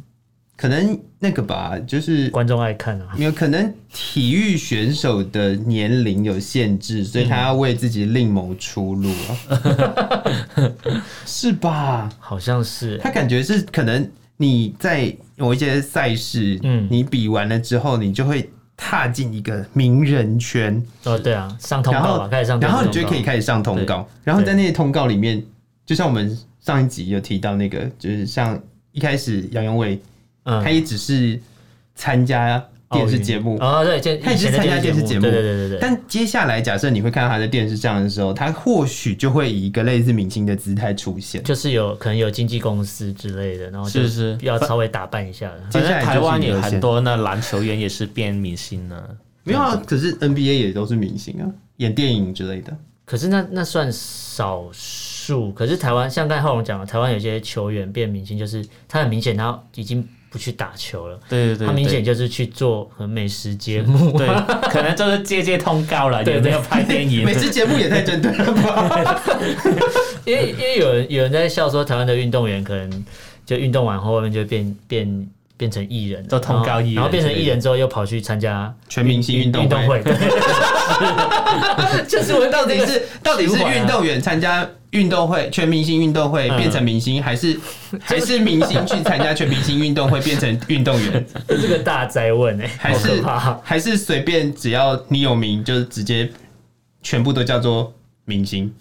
Speaker 3: 可能那个吧，就是
Speaker 2: 观众爱看啊。
Speaker 3: 有可能体育选手的年龄有限制，所以他要为自己另谋出路啊，是吧？
Speaker 2: 好像是
Speaker 3: 他感觉是可能你在某一些赛事，嗯
Speaker 2: 嗯，
Speaker 3: 你比完了之后，你就会踏进一个名人圈，
Speaker 2: 哦，对啊，上通
Speaker 3: 然
Speaker 2: 告
Speaker 3: 后
Speaker 2: 吧，开始上通
Speaker 3: 然
Speaker 2: 告，
Speaker 3: 后你就可以开始上通告，然后在那些通告里面，就像我们上一集有提到那个，就是像一开始杨永伟，他
Speaker 2: 嗯，
Speaker 3: 也只是参加电视节目，
Speaker 2: 哦，对，就
Speaker 3: 他也
Speaker 2: 以
Speaker 3: 是
Speaker 2: 前的
Speaker 3: 参加电视节目
Speaker 2: 对对对对对，
Speaker 3: 但接下来，假设你会看到他在电视上的时候，他或许就会以一个类似明星的姿态出现。
Speaker 2: 就是有可能有经纪公司之类的，然后就是
Speaker 1: 是
Speaker 2: 要稍微打扮一下的。
Speaker 3: 接
Speaker 1: 反
Speaker 3: 下
Speaker 1: 正
Speaker 3: 来就是
Speaker 1: 台湾也
Speaker 3: 有
Speaker 1: 很多那篮球员也是变明星了，
Speaker 3: 没有啊，可是 NBA 也都是明星啊，演电影之类的。
Speaker 2: 可是那那算少数，可是台湾像刚才浩龙讲的，台湾有些球员变明星，就是他很明显他已经不去打球了，
Speaker 1: 对对对，
Speaker 2: 他明
Speaker 1: 对
Speaker 2: 显就是去做和美食节目，
Speaker 1: 对，可能就是借借通告了，
Speaker 2: 对
Speaker 1: 有没有拍电影？
Speaker 3: 每次节目也太针对了 吧？
Speaker 2: 因为因为有人有人在笑说台湾的运动员可能就运动完后后面就变变变成艺人了，
Speaker 1: 做通告艺人
Speaker 2: 然后然后变成
Speaker 1: 之类的
Speaker 2: 艺人之后又跑去参加
Speaker 3: 全明星运动
Speaker 2: 运动
Speaker 3: 会
Speaker 2: 会，
Speaker 3: 就是我到底是到底是
Speaker 2: 啊
Speaker 3: 运动员参加运动会全明星运动会
Speaker 2: 嗯
Speaker 3: 变成明星，还是还是明星去参加全明星运动会变成运动 员，
Speaker 2: 这个大灾问哎、
Speaker 3: 还
Speaker 2: 好可
Speaker 3: 是
Speaker 2: 怕。
Speaker 3: 还是随便只要你有名就直接全部都叫做明星？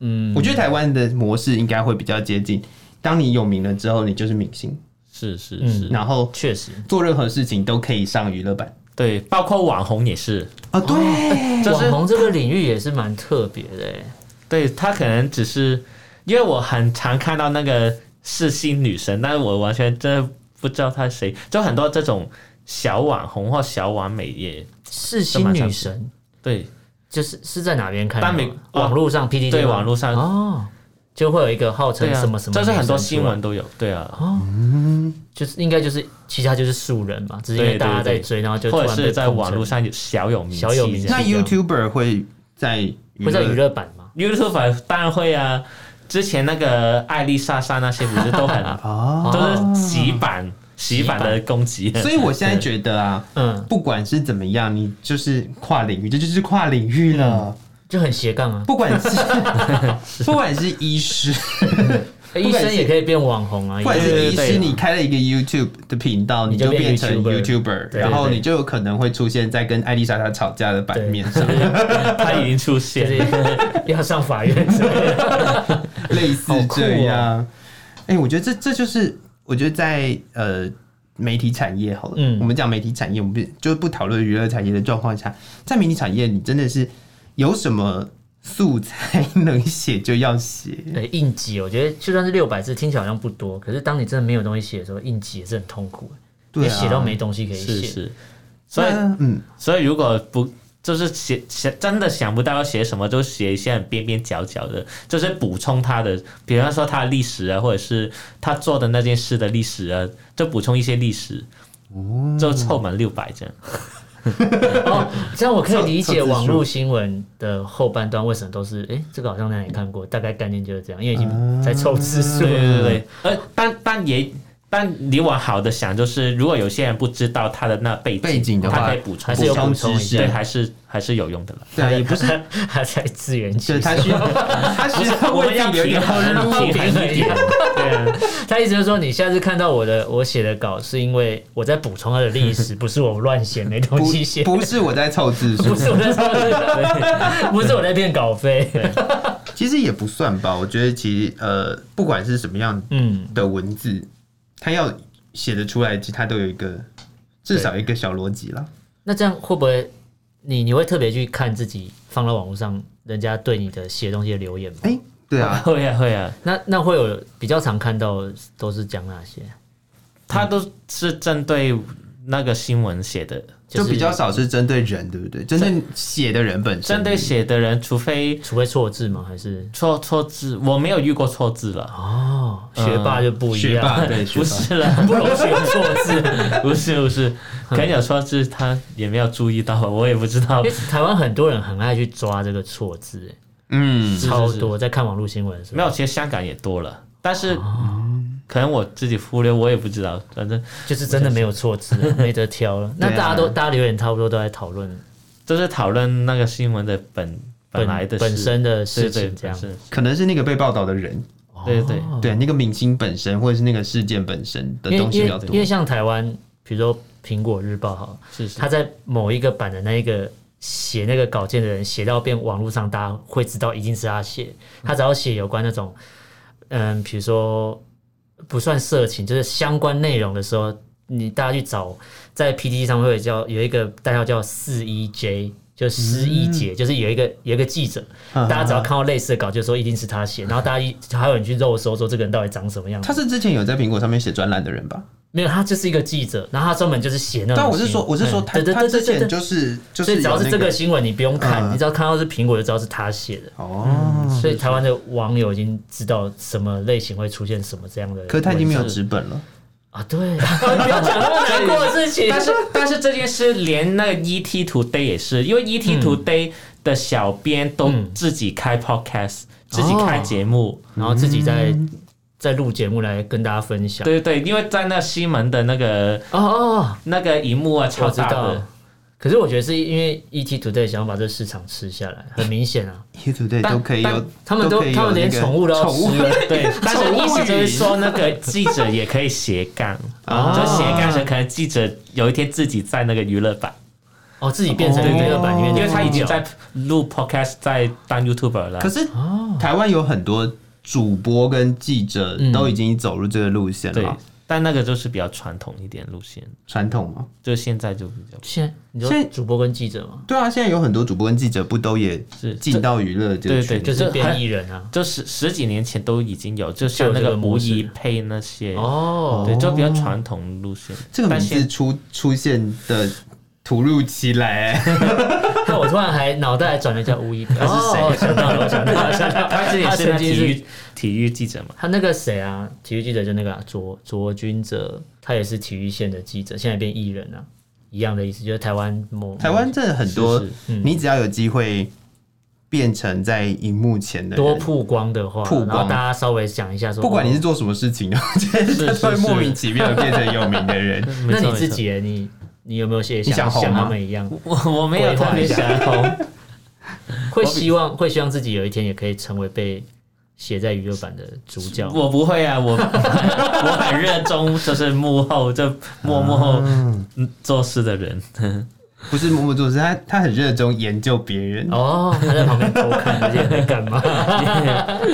Speaker 2: 嗯，
Speaker 3: 我觉得台湾的模式应该会比较接近，当你有名了之后，你就是明星，
Speaker 1: 是是
Speaker 2: 嗯
Speaker 1: 是，
Speaker 3: 然后
Speaker 2: 确实，
Speaker 3: 做任何事情都可以上娱乐版
Speaker 1: 对，包括网红也是，
Speaker 3: 啊。对，
Speaker 1: 就是
Speaker 2: 网红这个领域也是蛮特别的、欸，
Speaker 1: 对他可能只是因为我很常看到那个世新女神，但是我完全真的不知道她是谁，就很多这种小网红或小完美也
Speaker 2: 世新女神
Speaker 1: 对
Speaker 2: 就是是在哪边看到
Speaker 1: 但
Speaker 2: 的？
Speaker 1: 美
Speaker 2: 网络上 PDD
Speaker 1: 对，
Speaker 2: 吗
Speaker 1: 网络上
Speaker 2: 哦，就会有一个号称
Speaker 1: 对啊
Speaker 2: 什么什，么，
Speaker 1: 这是很多新，闻都有，对啊，
Speaker 2: 就是应该就是其他就是素人嘛，只是因
Speaker 1: 对
Speaker 2: 为
Speaker 1: 对
Speaker 2: 大家在
Speaker 1: 对
Speaker 2: 追，然后就突
Speaker 1: 或
Speaker 2: 然
Speaker 1: 者
Speaker 2: 被
Speaker 1: 是在
Speaker 2: 捧
Speaker 1: 网
Speaker 2: 成
Speaker 1: 络上有小有名
Speaker 2: 小有名
Speaker 1: 气这样
Speaker 3: 那 YouTuber 会在娱
Speaker 2: 会在娱
Speaker 3: 乐
Speaker 2: 乐版嘛，
Speaker 1: YouTube 当然会啊，之前那个艾丽莎莎那些不是都 很
Speaker 3: 啊，
Speaker 1: 都是洗版洗版的攻击，
Speaker 3: 所以我现在觉得啊，
Speaker 2: 嗯，
Speaker 3: 不管是怎么样，你就是跨领域，这就是跨领域了。
Speaker 2: 就很斜杠啊。
Speaker 3: 不管 是不管是医师，
Speaker 2: 欸医
Speaker 3: 管
Speaker 2: 生
Speaker 3: 是
Speaker 2: 也可以变网红啊，
Speaker 3: 不管
Speaker 2: 也
Speaker 3: 是医
Speaker 1: 对
Speaker 3: 师，
Speaker 1: 对
Speaker 3: 你开了一个 YouTube 的频道，你
Speaker 2: 你就
Speaker 3: 就变
Speaker 2: 变
Speaker 3: 成
Speaker 2: YouTuber
Speaker 3: YouTuber，
Speaker 2: 对
Speaker 3: 然后
Speaker 2: 对
Speaker 3: 你就有可能会出现在跟艾丽莎莎吵架的版面上，
Speaker 1: 它已经出
Speaker 2: 就
Speaker 1: 现
Speaker 2: 是 要上法院之类的。
Speaker 3: 类似这样。哎，我觉得这这就是我觉得在呃。媒体产业好了，
Speaker 2: 嗯
Speaker 3: 我们讲媒体产业，我们不就不讨论娱乐产业的状况下，在媒体产业，你真的是有什么素材能写就要写，
Speaker 2: 对，应急，我觉得就算是六百字，听起来好像不多，可是当你真的没有东西写的时候，应急也是很痛苦，
Speaker 3: 对啊
Speaker 2: 你写到没东西可以
Speaker 1: 是
Speaker 2: 写。
Speaker 1: 是，所以
Speaker 3: 那嗯，
Speaker 1: 所以如果不就是写写真的想不到要写什么，就写一些很边边角角的，就是补充他的，比方说他的历史啊，或者是他做的那件事的历史啊，就补充一些历史，
Speaker 3: 哦
Speaker 1: 就凑满六百这样。
Speaker 2: 哦，这样我可以理解
Speaker 3: 凑字数
Speaker 2: 网络新闻的后半段为什么都是，哎、这个好像哪里看过，大概概念就是这样，因为已经在凑字数了。
Speaker 1: 嗯对对对，呃，但但也。但你往好的想，就是如果有些人不知道他的那背景，
Speaker 3: 背景的话
Speaker 1: 他可以补充，
Speaker 2: 还是有
Speaker 3: 补
Speaker 2: 补
Speaker 3: 充
Speaker 2: 充
Speaker 3: 知
Speaker 2: 一
Speaker 3: 识
Speaker 1: 对，
Speaker 2: 下，
Speaker 1: 还是还是有用的了。
Speaker 3: 对啊，也不是，
Speaker 2: 他在自圆
Speaker 3: 就
Speaker 2: 其
Speaker 3: 是
Speaker 2: 说
Speaker 3: 他。需要，他需要
Speaker 1: 我们
Speaker 3: 为
Speaker 1: 要
Speaker 3: 自己留一
Speaker 1: 平
Speaker 3: 点后
Speaker 1: 衡，
Speaker 3: 路。
Speaker 1: 平衡一点。对啊，
Speaker 2: 他意思就是说，你下次看到我的我写的稿，是因为我在补充他的历 史，不是我乱写没东西写，
Speaker 3: 不不是我在凑字数
Speaker 2: 不，是我在抄这个， 不是我在骗稿费。
Speaker 3: 其实也不算吧。我觉得其实呃，不管是什么样
Speaker 2: 嗯，
Speaker 3: 的文字，他要写得出来，其实他都有一个至少一个小逻辑啦。
Speaker 2: 那这样会不会你你会特别去看自己放到网络上人家对你的写东西的留言吗？
Speaker 3: 哎，对啊，
Speaker 1: 会啊会啊，
Speaker 2: 那那会有比较常看到都是讲哪些？
Speaker 1: 他都是针对那个新闻写的，
Speaker 3: 就
Speaker 2: 就是
Speaker 3: 比较少是针对人，对不对？针对写的人本身，
Speaker 1: 针对写的人，除非
Speaker 2: 除非错字吗？还是
Speaker 1: 错错字，我没有遇过错字了，
Speaker 2: 哦，学霸就不一
Speaker 3: 嗯学
Speaker 2: 样，
Speaker 3: 霸，对，学
Speaker 1: 不
Speaker 3: 霸
Speaker 1: 是了，
Speaker 2: 不容许有错字。
Speaker 1: 不是不是，可能有错字，他也没有注意到，我也不知道
Speaker 2: 因为。 台湾很多人很爱去抓这个错字，哎
Speaker 3: 嗯，
Speaker 1: 是
Speaker 2: 超多在看网络新闻的时候，
Speaker 1: 没有，其实香港也多了，但是
Speaker 2: 哦
Speaker 1: 可能我自己忽略，我也不知道，反正
Speaker 2: 就是真的没有错字，没得 挑了。那
Speaker 3: 对啊
Speaker 2: 大家都大家留言差不多都在讨论
Speaker 1: 就是讨论那个新闻的本本
Speaker 2: 本
Speaker 1: 来的
Speaker 2: 本
Speaker 1: 事
Speaker 2: 身的事
Speaker 1: 啊对对
Speaker 2: 情这样。哦
Speaker 1: 本身
Speaker 3: 可能是那个被报道的人，
Speaker 1: 对对
Speaker 3: 对，那个明星本身或者是那个事件本身的
Speaker 2: 因为
Speaker 3: 东西
Speaker 2: 因
Speaker 3: 比较
Speaker 2: 为
Speaker 3: 多
Speaker 2: 因。为像台湾，比如说《苹果日报》好，
Speaker 1: 是是
Speaker 2: 他在某一个版的那一个写那个稿件的人写到变网络上，大家会知道一定是他写。他只要写有关那种，嗯，比如说不算色情，就是相关内容的时候，你大家去找，在 PPT 上会有叫有一个代号叫四一 J。就失忆节，就是有一个有一个记者，大家
Speaker 3: 嗯
Speaker 2: 只要看到类似的稿，就说一定是他写，然后大家一还有人去肉搜说这个人到底长什么样子。
Speaker 3: 他是之前有在苹果上面写专栏的人吧？
Speaker 2: 没有，他就是一个记者，然后他专门嗯就是写那种新闻。
Speaker 3: 但我是说，我是说他
Speaker 2: 对对
Speaker 3: 他
Speaker 2: 对
Speaker 3: 之
Speaker 2: 对对对
Speaker 3: 前就是就
Speaker 2: 所以
Speaker 3: 是
Speaker 2: 只要
Speaker 3: 有
Speaker 2: 是
Speaker 3: 那
Speaker 2: 这个新闻，你不用看，
Speaker 3: 嗯
Speaker 2: 你只要看到是苹果就知道是他写的。
Speaker 3: 哦，
Speaker 2: 所以台湾的网友已经知道什么类型会出现什么这样的。
Speaker 3: 可是他已经没有纸本了。
Speaker 2: 啊，对， 不要讲那么难过的事情。
Speaker 1: 但是但是这件事连那个 ET Today 也是，因为 ET
Speaker 2: 嗯
Speaker 1: Today 的小编都自己开
Speaker 2: 哦
Speaker 1: podcast，、自己开节目。
Speaker 2: 然后自己在
Speaker 3: 嗯
Speaker 2: 在录节目来跟大家分享。
Speaker 1: 对对对，因为在那西门的那个
Speaker 2: 哦哦，
Speaker 1: 那个荧幕啊，超
Speaker 2: 我知
Speaker 1: 大
Speaker 2: 道
Speaker 1: 的。。
Speaker 2: 可是我觉得是因为 ET Today 想要把这市场吃下 来，很明显啊，
Speaker 3: 对对对，都可以有
Speaker 1: 但，
Speaker 2: 他们都
Speaker 3: 可以有
Speaker 2: 他们连
Speaker 3: 那个
Speaker 2: 宠物都要
Speaker 3: 宠物
Speaker 2: 吃了。
Speaker 1: 对，但是
Speaker 2: 宠物
Speaker 1: 意思就是
Speaker 2: 语
Speaker 1: 说，那个记者也可以斜 杠，
Speaker 3: 啊
Speaker 1: 就斜杠成可能记者有一天自己在那个娱乐版，
Speaker 2: 哦，自己变成
Speaker 1: 对对
Speaker 2: 娱乐版里面
Speaker 1: 因
Speaker 2: 的
Speaker 3: 哦
Speaker 1: 为他已经
Speaker 2: 主角
Speaker 1: 在录 podcast，在当 YouTuber 了
Speaker 3: 可。是
Speaker 1: 哦
Speaker 3: 台湾有很多主播跟记者都已经走入这个路线
Speaker 1: 对
Speaker 3: 了，，
Speaker 1: 但那个就是比较传统一点路线，
Speaker 3: 传统嘛。
Speaker 1: 就现在就比较
Speaker 2: 现在你
Speaker 3: 现
Speaker 2: 说
Speaker 3: 在
Speaker 2: 主播跟记者吗？
Speaker 3: 对啊，现在有很多主播跟记者不都也
Speaker 1: 是
Speaker 3: 进到娱乐这个
Speaker 1: 对
Speaker 3: 圈
Speaker 1: 对
Speaker 2: 就
Speaker 3: 子？
Speaker 2: 是
Speaker 1: 还
Speaker 2: 变艺人啊。
Speaker 1: 就十十几年前都已经有，就像那
Speaker 2: 就有这
Speaker 1: 个
Speaker 2: 个
Speaker 1: 吴
Speaker 2: 模式
Speaker 1: 仪配那些，
Speaker 2: 哦，
Speaker 1: 对，就比较传统路线。
Speaker 3: 这个
Speaker 1: 但
Speaker 3: 名字
Speaker 1: 现
Speaker 3: 出出现的突如其 来、欸
Speaker 2: 看我突然还脑袋还转了一下吴亦凡，他
Speaker 3: 是谁
Speaker 2: 哦、想到了， 我想到了，想到了，
Speaker 1: 他之前是
Speaker 2: 曾
Speaker 1: 那
Speaker 2: 经
Speaker 1: 体
Speaker 2: 是
Speaker 1: 育体育记者嘛，
Speaker 2: 他那个谁啊，体育记者就那个、啊、卓卓君哲，他也是体育线的记者，现在变艺人啊，一样的意思，就是台湾某
Speaker 3: 台湾真的很多，
Speaker 1: 是是嗯
Speaker 3: 你只要有机会变成在荧幕前的人
Speaker 2: 多曝光的话，
Speaker 3: 曝光
Speaker 2: 然后大家稍微想一下说，
Speaker 3: 不管你是
Speaker 2: 哦
Speaker 3: 做什么事情的， 我觉得
Speaker 1: 是
Speaker 3: 都会
Speaker 1: 是
Speaker 3: 莫名其妙地变成有名的人。
Speaker 1: 没
Speaker 2: 那
Speaker 1: 错
Speaker 2: 你自己耶，欸你你有没有些
Speaker 3: 你
Speaker 2: 像
Speaker 3: 想红吗
Speaker 2: 他们一样，
Speaker 1: 没错我我没有
Speaker 2: 规划
Speaker 1: 特别
Speaker 2: 一下
Speaker 1: 想红，
Speaker 2: 会希望会希望自己有一天也可以成为被写在娱乐版的主 角？
Speaker 1: 我不会啊，我我很热衷就是幕后就默默后嗯做事的人，
Speaker 3: 不是默默做事，他他很热衷研究别人，
Speaker 2: 哦，他在旁边偷看这些人在干嘛？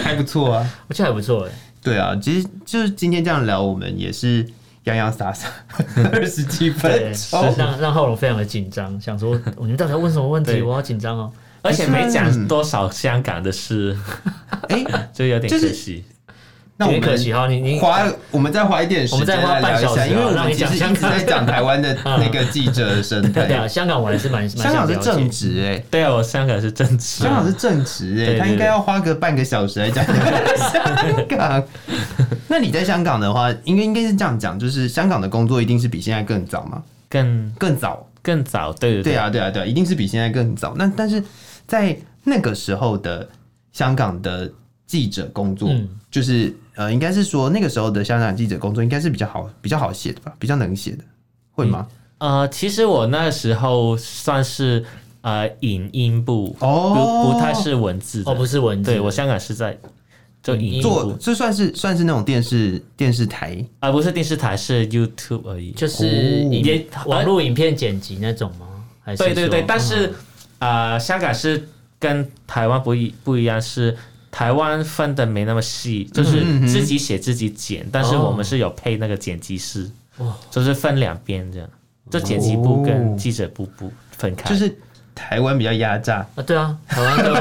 Speaker 3: 还不错啊。
Speaker 2: 我觉得还不错哎。
Speaker 3: 对啊，其实就是今天这样聊，我们也是洋洋 洒洒二十几分
Speaker 2: 对，
Speaker 3: 钟。
Speaker 2: 让让浩龙非常的紧张，想说我们到底要问什么问题？
Speaker 1: 对
Speaker 2: 我好紧张哦。
Speaker 1: 而且没
Speaker 3: 不是啊
Speaker 1: 讲多少香港的事，
Speaker 3: 哎、
Speaker 1: 就有点
Speaker 3: 就是
Speaker 1: 可惜。
Speaker 3: 那我
Speaker 2: 有点
Speaker 3: 们
Speaker 2: 可惜哈，你你
Speaker 3: 花我们再花一点时
Speaker 2: 我们
Speaker 3: 间
Speaker 2: 再花
Speaker 3: 来
Speaker 2: 半
Speaker 3: 聊
Speaker 2: 小
Speaker 3: 一
Speaker 2: 时啊
Speaker 3: 下，因为我
Speaker 2: 让
Speaker 3: 们
Speaker 2: 你
Speaker 3: 其
Speaker 2: 讲
Speaker 3: 实
Speaker 2: 香
Speaker 3: 一直在讲台 湾的那个记者的生
Speaker 2: 对啊，
Speaker 3: 态。
Speaker 2: 香港我还是蛮蛮
Speaker 3: 香
Speaker 2: 想
Speaker 3: 港是
Speaker 2: 了解
Speaker 3: 正直哎、
Speaker 1: 对啊，我香港是正直，
Speaker 3: 香港是正直哎、
Speaker 1: 对
Speaker 3: 他应该要花个半个小时来讲 香港。那你在香港的话，应该应该是这样讲，就是香港的工作一定是比现在更早嘛，
Speaker 1: 更
Speaker 3: 更早。
Speaker 1: 更早，对对
Speaker 3: 对，啊，对啊，对啊，一定是比现在更早。那但是在那个时候的香港的记者工作，
Speaker 2: 嗯
Speaker 3: 就是呃，应该是说那个时候的香港记者工作应该是比较好、比较好写的吧，比较能写的，会吗？
Speaker 1: 呃，其实我那时候算是呃影音部，
Speaker 3: 哦
Speaker 1: 不不太是文字的，
Speaker 2: 哦，不是文字，
Speaker 1: 对我香港是在就影音
Speaker 3: 做
Speaker 1: 部，
Speaker 3: 这算是算是那种电视电视台
Speaker 1: 而、不是电视台，是 YouTube 而已。
Speaker 2: 就是
Speaker 3: 哦
Speaker 2: 影
Speaker 1: 也
Speaker 2: 网络影片剪辑那种吗？还是
Speaker 1: 对对对，
Speaker 2: 说
Speaker 1: 但
Speaker 3: 嗯
Speaker 1: 是啊、呃香港是跟台湾不一不一样，是台湾分的没那么细，就是
Speaker 3: 嗯嗯嗯
Speaker 1: 自己写自己剪，但是
Speaker 2: 哦
Speaker 1: 我们是有配那个剪辑师，
Speaker 2: 哇
Speaker 1: 就是分两边这样，就剪辑部
Speaker 3: 哦
Speaker 1: 跟记者部不分开，
Speaker 3: 就是台湾比较压榨，
Speaker 2: 啊，对啊，台湾就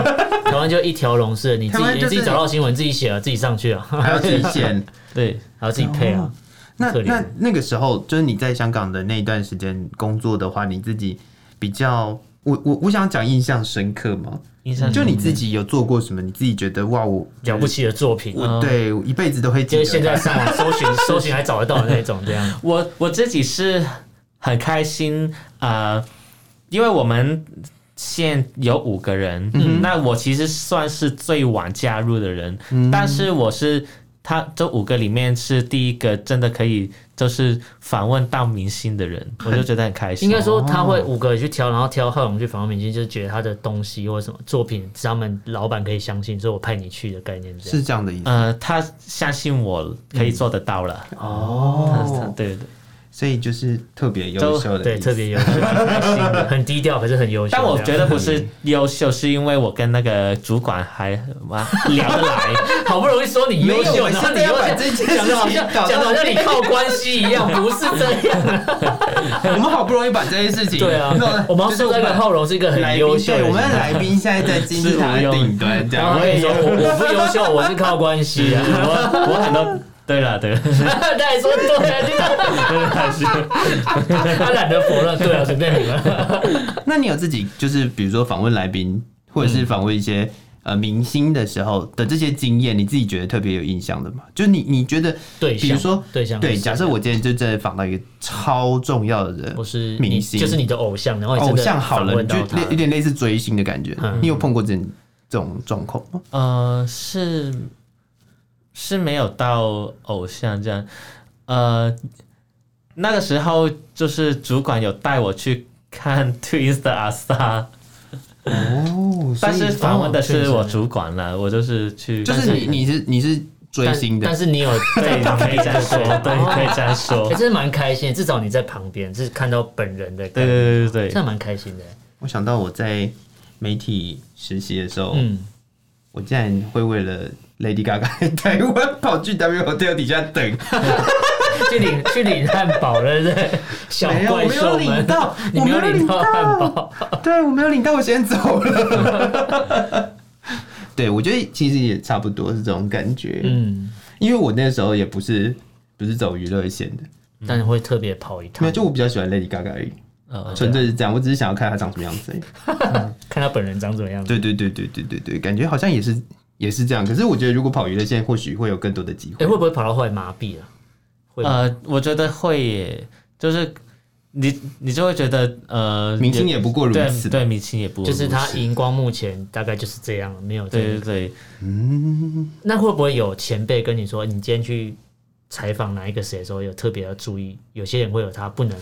Speaker 2: 台湾就一条龙式的，你自
Speaker 3: 台
Speaker 2: 己
Speaker 3: 湾
Speaker 2: 你
Speaker 3: 就
Speaker 2: 自
Speaker 3: 是
Speaker 2: 己找到新闻，自己写了，自己上去啊，
Speaker 3: 还要自 己哦剪。
Speaker 1: 对。
Speaker 2: 还要自己配啊。
Speaker 3: 那
Speaker 2: 可怜
Speaker 3: 那那个时候，就是你在香港的那一段时间工作的话，你自己比较，我我我想讲印象深刻吗？
Speaker 1: 印象
Speaker 3: 就你自己有做过什么？你自己觉得哇，我
Speaker 2: 了不起的作品，啊
Speaker 3: 我对我一辈子都会
Speaker 2: 就
Speaker 3: 记得
Speaker 2: 是嗯
Speaker 3: 它。
Speaker 2: 现在上网搜 寻，搜寻还找得到的那种，这样。
Speaker 1: 我我自己是很开心啊、呃因为我们现有五个人，
Speaker 2: 嗯
Speaker 1: 那我其实算是最晚加入的人，
Speaker 2: 嗯
Speaker 1: 但是我是他这五个里面是第一个真的可以就是访问到明星的人，我就觉得很开心。
Speaker 2: 应该说他会五个去挑，然后挑浩勇去访问明星，就是觉得他的东西或者什么作品，他们老板可以相信，所以我派你去的概念这样。
Speaker 3: 是这样的意思
Speaker 1: 呃，他相信我可
Speaker 2: 嗯
Speaker 1: 以做得到了，
Speaker 3: 哦，
Speaker 1: 对对。
Speaker 3: 所以就是特别优秀的，
Speaker 2: 对，特。别优秀， 很低调，可是很优秀。
Speaker 1: 但我
Speaker 2: 这
Speaker 1: 觉
Speaker 2: 样
Speaker 1: 得不是优秀，是因为我跟那个主管还哇聊得来，
Speaker 2: 好不容易说你优秀，
Speaker 3: 没有
Speaker 2: 然后你
Speaker 3: 我现在要把
Speaker 2: 又
Speaker 3: 这件事情
Speaker 2: 讲的好像
Speaker 3: 搞到
Speaker 2: 讲的好像你靠关系一样，不是这 样。
Speaker 3: 我们好不容易把这件事 情，
Speaker 2: 对啊
Speaker 3: 弄得，
Speaker 2: 我们要
Speaker 3: 就是
Speaker 2: 说那个浩荣是一个
Speaker 3: 来
Speaker 2: 很
Speaker 3: 宾，
Speaker 2: 优秀的
Speaker 3: 对，
Speaker 2: 人。
Speaker 3: 我们的来宾现在在金字塔的顶端，这
Speaker 2: 然后
Speaker 3: 样
Speaker 2: 他。跟你说我我不优秀，我是靠关系啊。
Speaker 1: 我我很多。对了，对了，
Speaker 2: 他还说对啊， 就是他懒得否认，对啊，随便你们。
Speaker 3: 那你有自己就是比如说访问来宾，或者是访问一些呃明星的时候的这些经验，你自己觉得特别有印象的吗？就是你你觉得，
Speaker 2: 对象
Speaker 3: 比如说
Speaker 2: 对象
Speaker 3: 对，
Speaker 2: 是谁
Speaker 3: 假设我今天就真的访到一个超重要的人，
Speaker 2: 哦我是你
Speaker 3: 明星，
Speaker 2: 就是你的偶像，然后你真
Speaker 3: 偶
Speaker 2: 的
Speaker 3: 像好
Speaker 2: 访
Speaker 3: 了，
Speaker 2: 问
Speaker 3: 你
Speaker 2: 到
Speaker 3: 就
Speaker 2: 他
Speaker 3: 类有点类似追星的感觉。
Speaker 2: 嗯
Speaker 3: 你有碰过这种这种状况吗？
Speaker 1: 呃，是是没有到偶像这样，呃，那个时候就是主管有带我去看 Twins 的阿 Star，
Speaker 3: 哦，
Speaker 1: 但是访问的是我
Speaker 2: Twins
Speaker 1: 主管了，我就是去，
Speaker 3: 就是你你是你是追星的
Speaker 2: 但，但是你 有
Speaker 1: 对，
Speaker 2: 在旁
Speaker 1: 可以
Speaker 2: 边
Speaker 1: 这样说，对，可以这样说
Speaker 2: 哎，，真的蛮开心的，至少你在旁边是看到本人 的，
Speaker 1: 对，对对对
Speaker 2: 真
Speaker 1: 对，
Speaker 2: 的蛮开心的。
Speaker 3: 我想到我在媒体实习的时候，
Speaker 2: 嗯，
Speaker 3: 我竟然会为了 Lady Gaga 在台湾跑去 W Hotel 底下等，
Speaker 2: 去领去领汉堡了，对不对？小
Speaker 3: 没有
Speaker 2: 怪兽
Speaker 3: 我没有领
Speaker 2: 们
Speaker 3: 到，
Speaker 2: 你
Speaker 3: 我没有
Speaker 2: 领
Speaker 3: 领到
Speaker 2: 汉堡，
Speaker 3: 对我没有领到，我先走了。对，我觉得其实也差不多是这种感觉，
Speaker 2: 嗯，
Speaker 3: 因为我那时候也不是不是走娱乐线的，
Speaker 2: 但会特别跑一
Speaker 3: 没有，
Speaker 2: 趟，
Speaker 3: 就我比较喜欢 Lady Gaga 而已，
Speaker 1: 呃，
Speaker 3: 纯粹是这样，我只是想要看她长什么样子而已。
Speaker 2: 看他本人长怎么样。
Speaker 3: 对对对对对对对，感觉好像也是也是这样。可是我觉得如果跑娱乐线，或许会有更多的机会。
Speaker 2: 哎，会不会跑到后来麻痹了？会吗
Speaker 1: 呃，我觉得会耶，就是你你就会觉得呃，
Speaker 3: 明星也不过如
Speaker 1: 对
Speaker 3: 此，
Speaker 1: 对，明星也不
Speaker 2: 就是他
Speaker 1: 如此
Speaker 2: 荧光幕前大概就是这样，没有这
Speaker 1: 对对
Speaker 2: 个。
Speaker 1: 对。
Speaker 2: 那会不会有前辈跟你说，你今天去采访哪一个谁的时候，有特别要注意？有些人会有他不能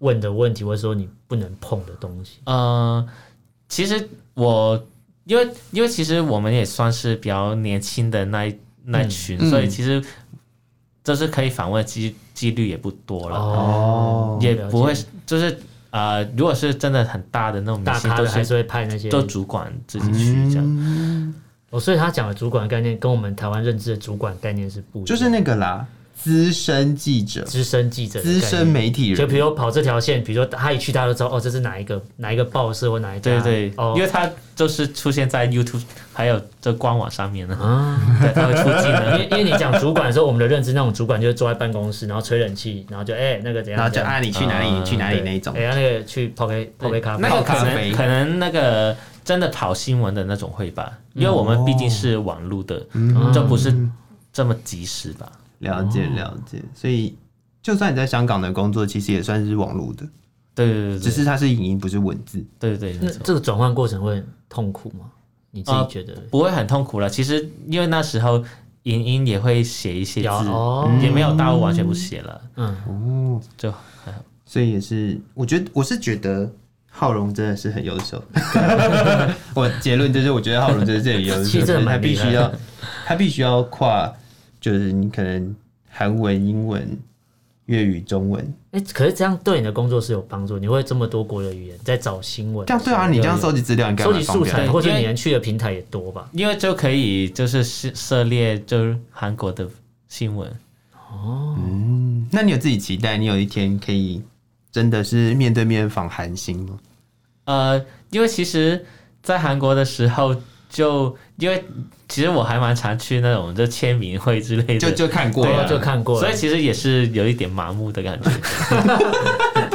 Speaker 2: 问的问题，或者说你不能碰的东西。
Speaker 1: 呃，其实我因为因为其实我们也算是比较年轻的那一那一群，
Speaker 3: 嗯
Speaker 1: 所以其实就是可以访问的几几率也不多了，
Speaker 3: 哦
Speaker 1: 也不会
Speaker 2: 了解
Speaker 1: 就是呃，如果是真的很大的那种明
Speaker 2: 大
Speaker 1: 星，
Speaker 2: 咖
Speaker 1: 都
Speaker 2: 的还是
Speaker 1: 是
Speaker 2: 会派那些。
Speaker 1: 都主管自己去这样。
Speaker 3: 嗯，
Speaker 2: 哦，所以他讲的主管概念跟我们台湾认知的主管概念是不一样的。
Speaker 3: 就是那个啦，资深记者、
Speaker 2: 资深记者的概
Speaker 3: 资
Speaker 2: 念、
Speaker 3: 深媒体
Speaker 2: 就
Speaker 3: 人，
Speaker 2: 比如跑这条线，比如说他一去，大家都知道哦，这是哪一个哪一个报社或哪一
Speaker 1: 对
Speaker 2: 家，
Speaker 1: 对，
Speaker 2: 哦
Speaker 1: 因为它就是出现在 YouTube 还有这官网上面呢，
Speaker 2: 啊，
Speaker 1: 对，它会出镜
Speaker 2: 因
Speaker 1: 的。
Speaker 2: 为因为你讲主管的时候，我们的认知那种主管就是坐在办公室，然后吹冷气，然后就哎、那个怎样，
Speaker 3: 然后就
Speaker 2: 怎样
Speaker 3: 啊你去哪里，
Speaker 1: 啊
Speaker 3: 你去哪里
Speaker 2: 对
Speaker 3: 那一种
Speaker 2: 哎、。呀那个去泡杯泡杯咖啡，
Speaker 1: 那个
Speaker 3: 泡
Speaker 1: 可
Speaker 3: 咖
Speaker 1: 能
Speaker 3: 啡
Speaker 1: 可能那个真的跑新闻的那种会吧，因为我们毕竟是网路的，
Speaker 3: 嗯
Speaker 1: 这不是这么及时吧？
Speaker 3: 了
Speaker 2: 哦
Speaker 3: 解了解，所以就算你在香港的工作，其实也算是网络的，
Speaker 1: 对对对，
Speaker 3: 只是它是影音，不是文字。
Speaker 1: 对对对
Speaker 2: 那
Speaker 1: 没错
Speaker 2: 这个转换过程会很痛苦吗？你自己觉得？
Speaker 1: 不会很痛苦了。其实因为那时候莹莹也会写一些字，
Speaker 2: 有哦
Speaker 1: 也没有到完全不写了，
Speaker 2: 嗯，
Speaker 1: 就
Speaker 3: 所以也是，我觉得我是觉得浩荣真的是很优 秀。我结论就是，我觉得浩荣真的是很优秀，
Speaker 2: 其实真的
Speaker 3: 他
Speaker 2: 蛮
Speaker 3: 必
Speaker 2: 厉害
Speaker 3: 须要，他必须要跨，就是你可能韩文、英文、粤语、中文，
Speaker 2: 哎、可是这样对你的工作是有帮助，你会这么多国的语言在找新闻，
Speaker 3: 这样对啊，你这样收集资料，应该
Speaker 2: 收
Speaker 3: 蛮
Speaker 2: 集素
Speaker 3: 方便
Speaker 2: 材，
Speaker 3: 的。
Speaker 2: 或
Speaker 1: 因
Speaker 2: 者
Speaker 1: 为
Speaker 2: 你能去的平台也多吧？
Speaker 1: 因为就可以就是涉涉猎就是韩国的新闻。
Speaker 3: 嗯那你有自己期待，你有一天可以真的是面对面访韩星吗？
Speaker 1: 呃，因为其实，在韩国的时候就，因为其实我还蛮常去那种就签名会之类的，
Speaker 3: 就就看过
Speaker 1: 对
Speaker 3: 了，
Speaker 1: 啊
Speaker 2: 哦就看过了，
Speaker 1: 所以其实也是有一点麻木的 感觉。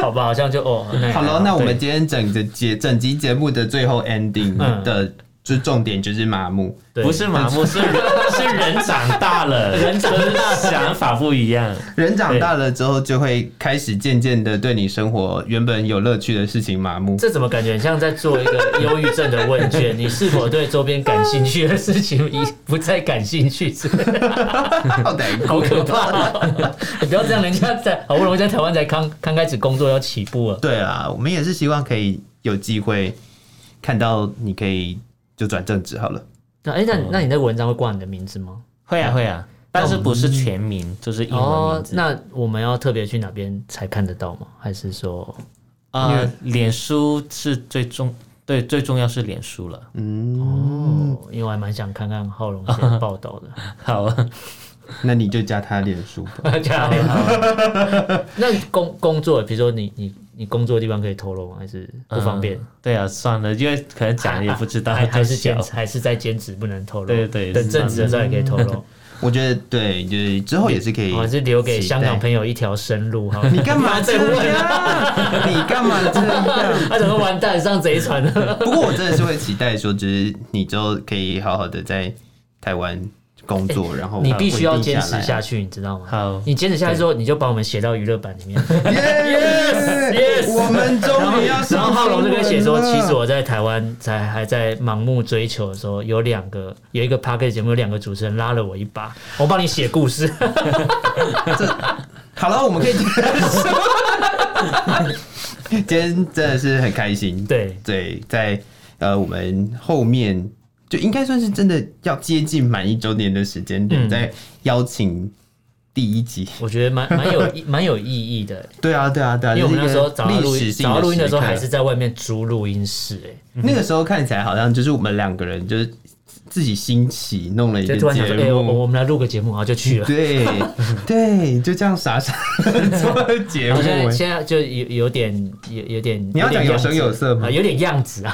Speaker 2: 好吧，好像就哦，那也
Speaker 3: 好
Speaker 2: 还
Speaker 3: 了，那我们今天整个节整集节目的最后 ending
Speaker 2: 嗯
Speaker 3: 的、就重点就是麻木，
Speaker 2: 对
Speaker 1: 不是麻木， 是人是人长大了，人长大想法不一样。
Speaker 3: 人长大了之后就会开始渐渐的对你生活原本有乐趣的事情麻木。
Speaker 2: 这怎么感觉很像在做一个忧郁症的问卷？你是否对周边感兴趣的事情已不再感兴 趣之类的？
Speaker 3: 好歹
Speaker 2: 好可怕、 哦！你不要这样，人家在好不容易在台湾才刚刚开始工作要起步了，
Speaker 3: 对啊，我们也是希望可以有机会看到你可以就转正职好了。
Speaker 2: 那哎，那你那你那个文章会挂你的名字吗？
Speaker 1: 会啊会啊，哦但是不是全名，就是英文名字。
Speaker 2: 哦那我们要特别去哪边才看得到吗？还是说
Speaker 1: 呃，脸书是最重，对，最重要是脸书了。嗯
Speaker 2: 哦，因为我还蛮想看看浩龙写的报 道的。
Speaker 1: 好，
Speaker 3: 那你就加他脸书吧。
Speaker 2: 加油！ 那工工作，比如说你你你工作的地方可以透露吗？还是不方便？
Speaker 1: 嗯对啊，算了，因为可能讲哎也不知道，
Speaker 2: 还还是
Speaker 1: 就笑
Speaker 2: 兼职，还是在兼职不能透露。
Speaker 1: 对对
Speaker 2: 等正职的时候也可以透露。哦
Speaker 3: 我觉得对，就是之后也是
Speaker 1: 嗯
Speaker 3: 可以。
Speaker 2: 我是留给香港朋
Speaker 3: 友。
Speaker 2: 友一条生路哈。
Speaker 3: 你干 嘛这样？你干嘛这样？
Speaker 2: 他怎么完蛋上贼船了？
Speaker 3: 不过我真的是会期待说，就是你之后可以好好的在台湾工作，然后
Speaker 2: 哎你必须要坚持
Speaker 3: 哦稳定
Speaker 2: 下
Speaker 3: 下啊
Speaker 2: 去，你知道吗？
Speaker 1: 好
Speaker 2: 你坚持下去之后，你就把我们写到娱乐版里面。
Speaker 3: 来。 耶
Speaker 2: Yes！
Speaker 3: 我们
Speaker 2: 然后
Speaker 3: 终于哦要上
Speaker 2: 然后浩龙这边写说，
Speaker 3: 新闻
Speaker 2: 其
Speaker 3: 了
Speaker 2: 实我在台湾才还在盲目追求的时候，有两个有一个 p a r k 节目，有两个主持人拉了我一把，我帮你写故事。
Speaker 3: 好了，我们可以结束。今天真的是很开心，
Speaker 2: 对
Speaker 3: 对，在呃我们后面就应该算是真的要接近满一周年的时间点，
Speaker 2: 嗯
Speaker 3: 再邀请第一集。
Speaker 2: 我觉得蛮蛮有意蛮有意义 的，
Speaker 3: 对啊，对啊，对啊，
Speaker 2: 因为我们
Speaker 3: 这
Speaker 2: 那
Speaker 3: 是一
Speaker 2: 时
Speaker 3: 个
Speaker 2: 候早上录
Speaker 3: 历史
Speaker 2: 音，
Speaker 3: 性
Speaker 2: 早上录音的时候
Speaker 3: 时刻
Speaker 2: 还是在外面租录音室、哎，
Speaker 3: 那个时候看起来好像就是我们两个人就是自己兴起弄了一个
Speaker 2: 就突然想说，哎、
Speaker 3: 节
Speaker 2: 我
Speaker 3: 目，
Speaker 2: 我们来录个节目，然后就去了。
Speaker 3: 对对，就这样傻傻地做了节
Speaker 2: 然后
Speaker 3: 目
Speaker 2: 现在
Speaker 3: 欸。
Speaker 2: 现在就有有点有有点，
Speaker 3: 你要讲
Speaker 2: 点
Speaker 3: 有声
Speaker 2: 样子
Speaker 3: 有色吗
Speaker 2: 啊有点样子 啊，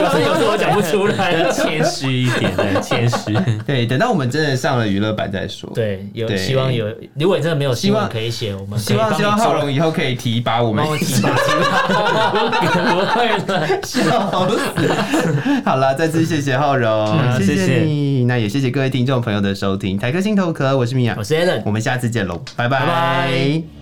Speaker 2: 有声有色我讲不出来。
Speaker 1: 谦虚一点的谦 虚。
Speaker 3: 对，等到我们真的上了娱乐版再说。，
Speaker 2: 对，有
Speaker 3: 对
Speaker 2: 希望有，如果你真的没有新
Speaker 3: 希
Speaker 2: 闻
Speaker 3: 望
Speaker 2: 可以写，我们可
Speaker 3: 希
Speaker 2: 以
Speaker 3: 望
Speaker 2: 帮
Speaker 3: 希
Speaker 2: 你
Speaker 3: 望
Speaker 2: 做
Speaker 3: 浩龙以后可以提拔我们
Speaker 2: 帮。我提拔提
Speaker 1: 不会了，
Speaker 3: 笑死 好了，再次谢谢浩荣，
Speaker 1: 嗯
Speaker 3: 谢
Speaker 1: 谢谢
Speaker 3: 你，那也谢谢各位听众朋友的收听。台科心头壳，我是米娅
Speaker 2: 我，是 Alan，
Speaker 3: 我们下次见喽，拜
Speaker 2: 拜拜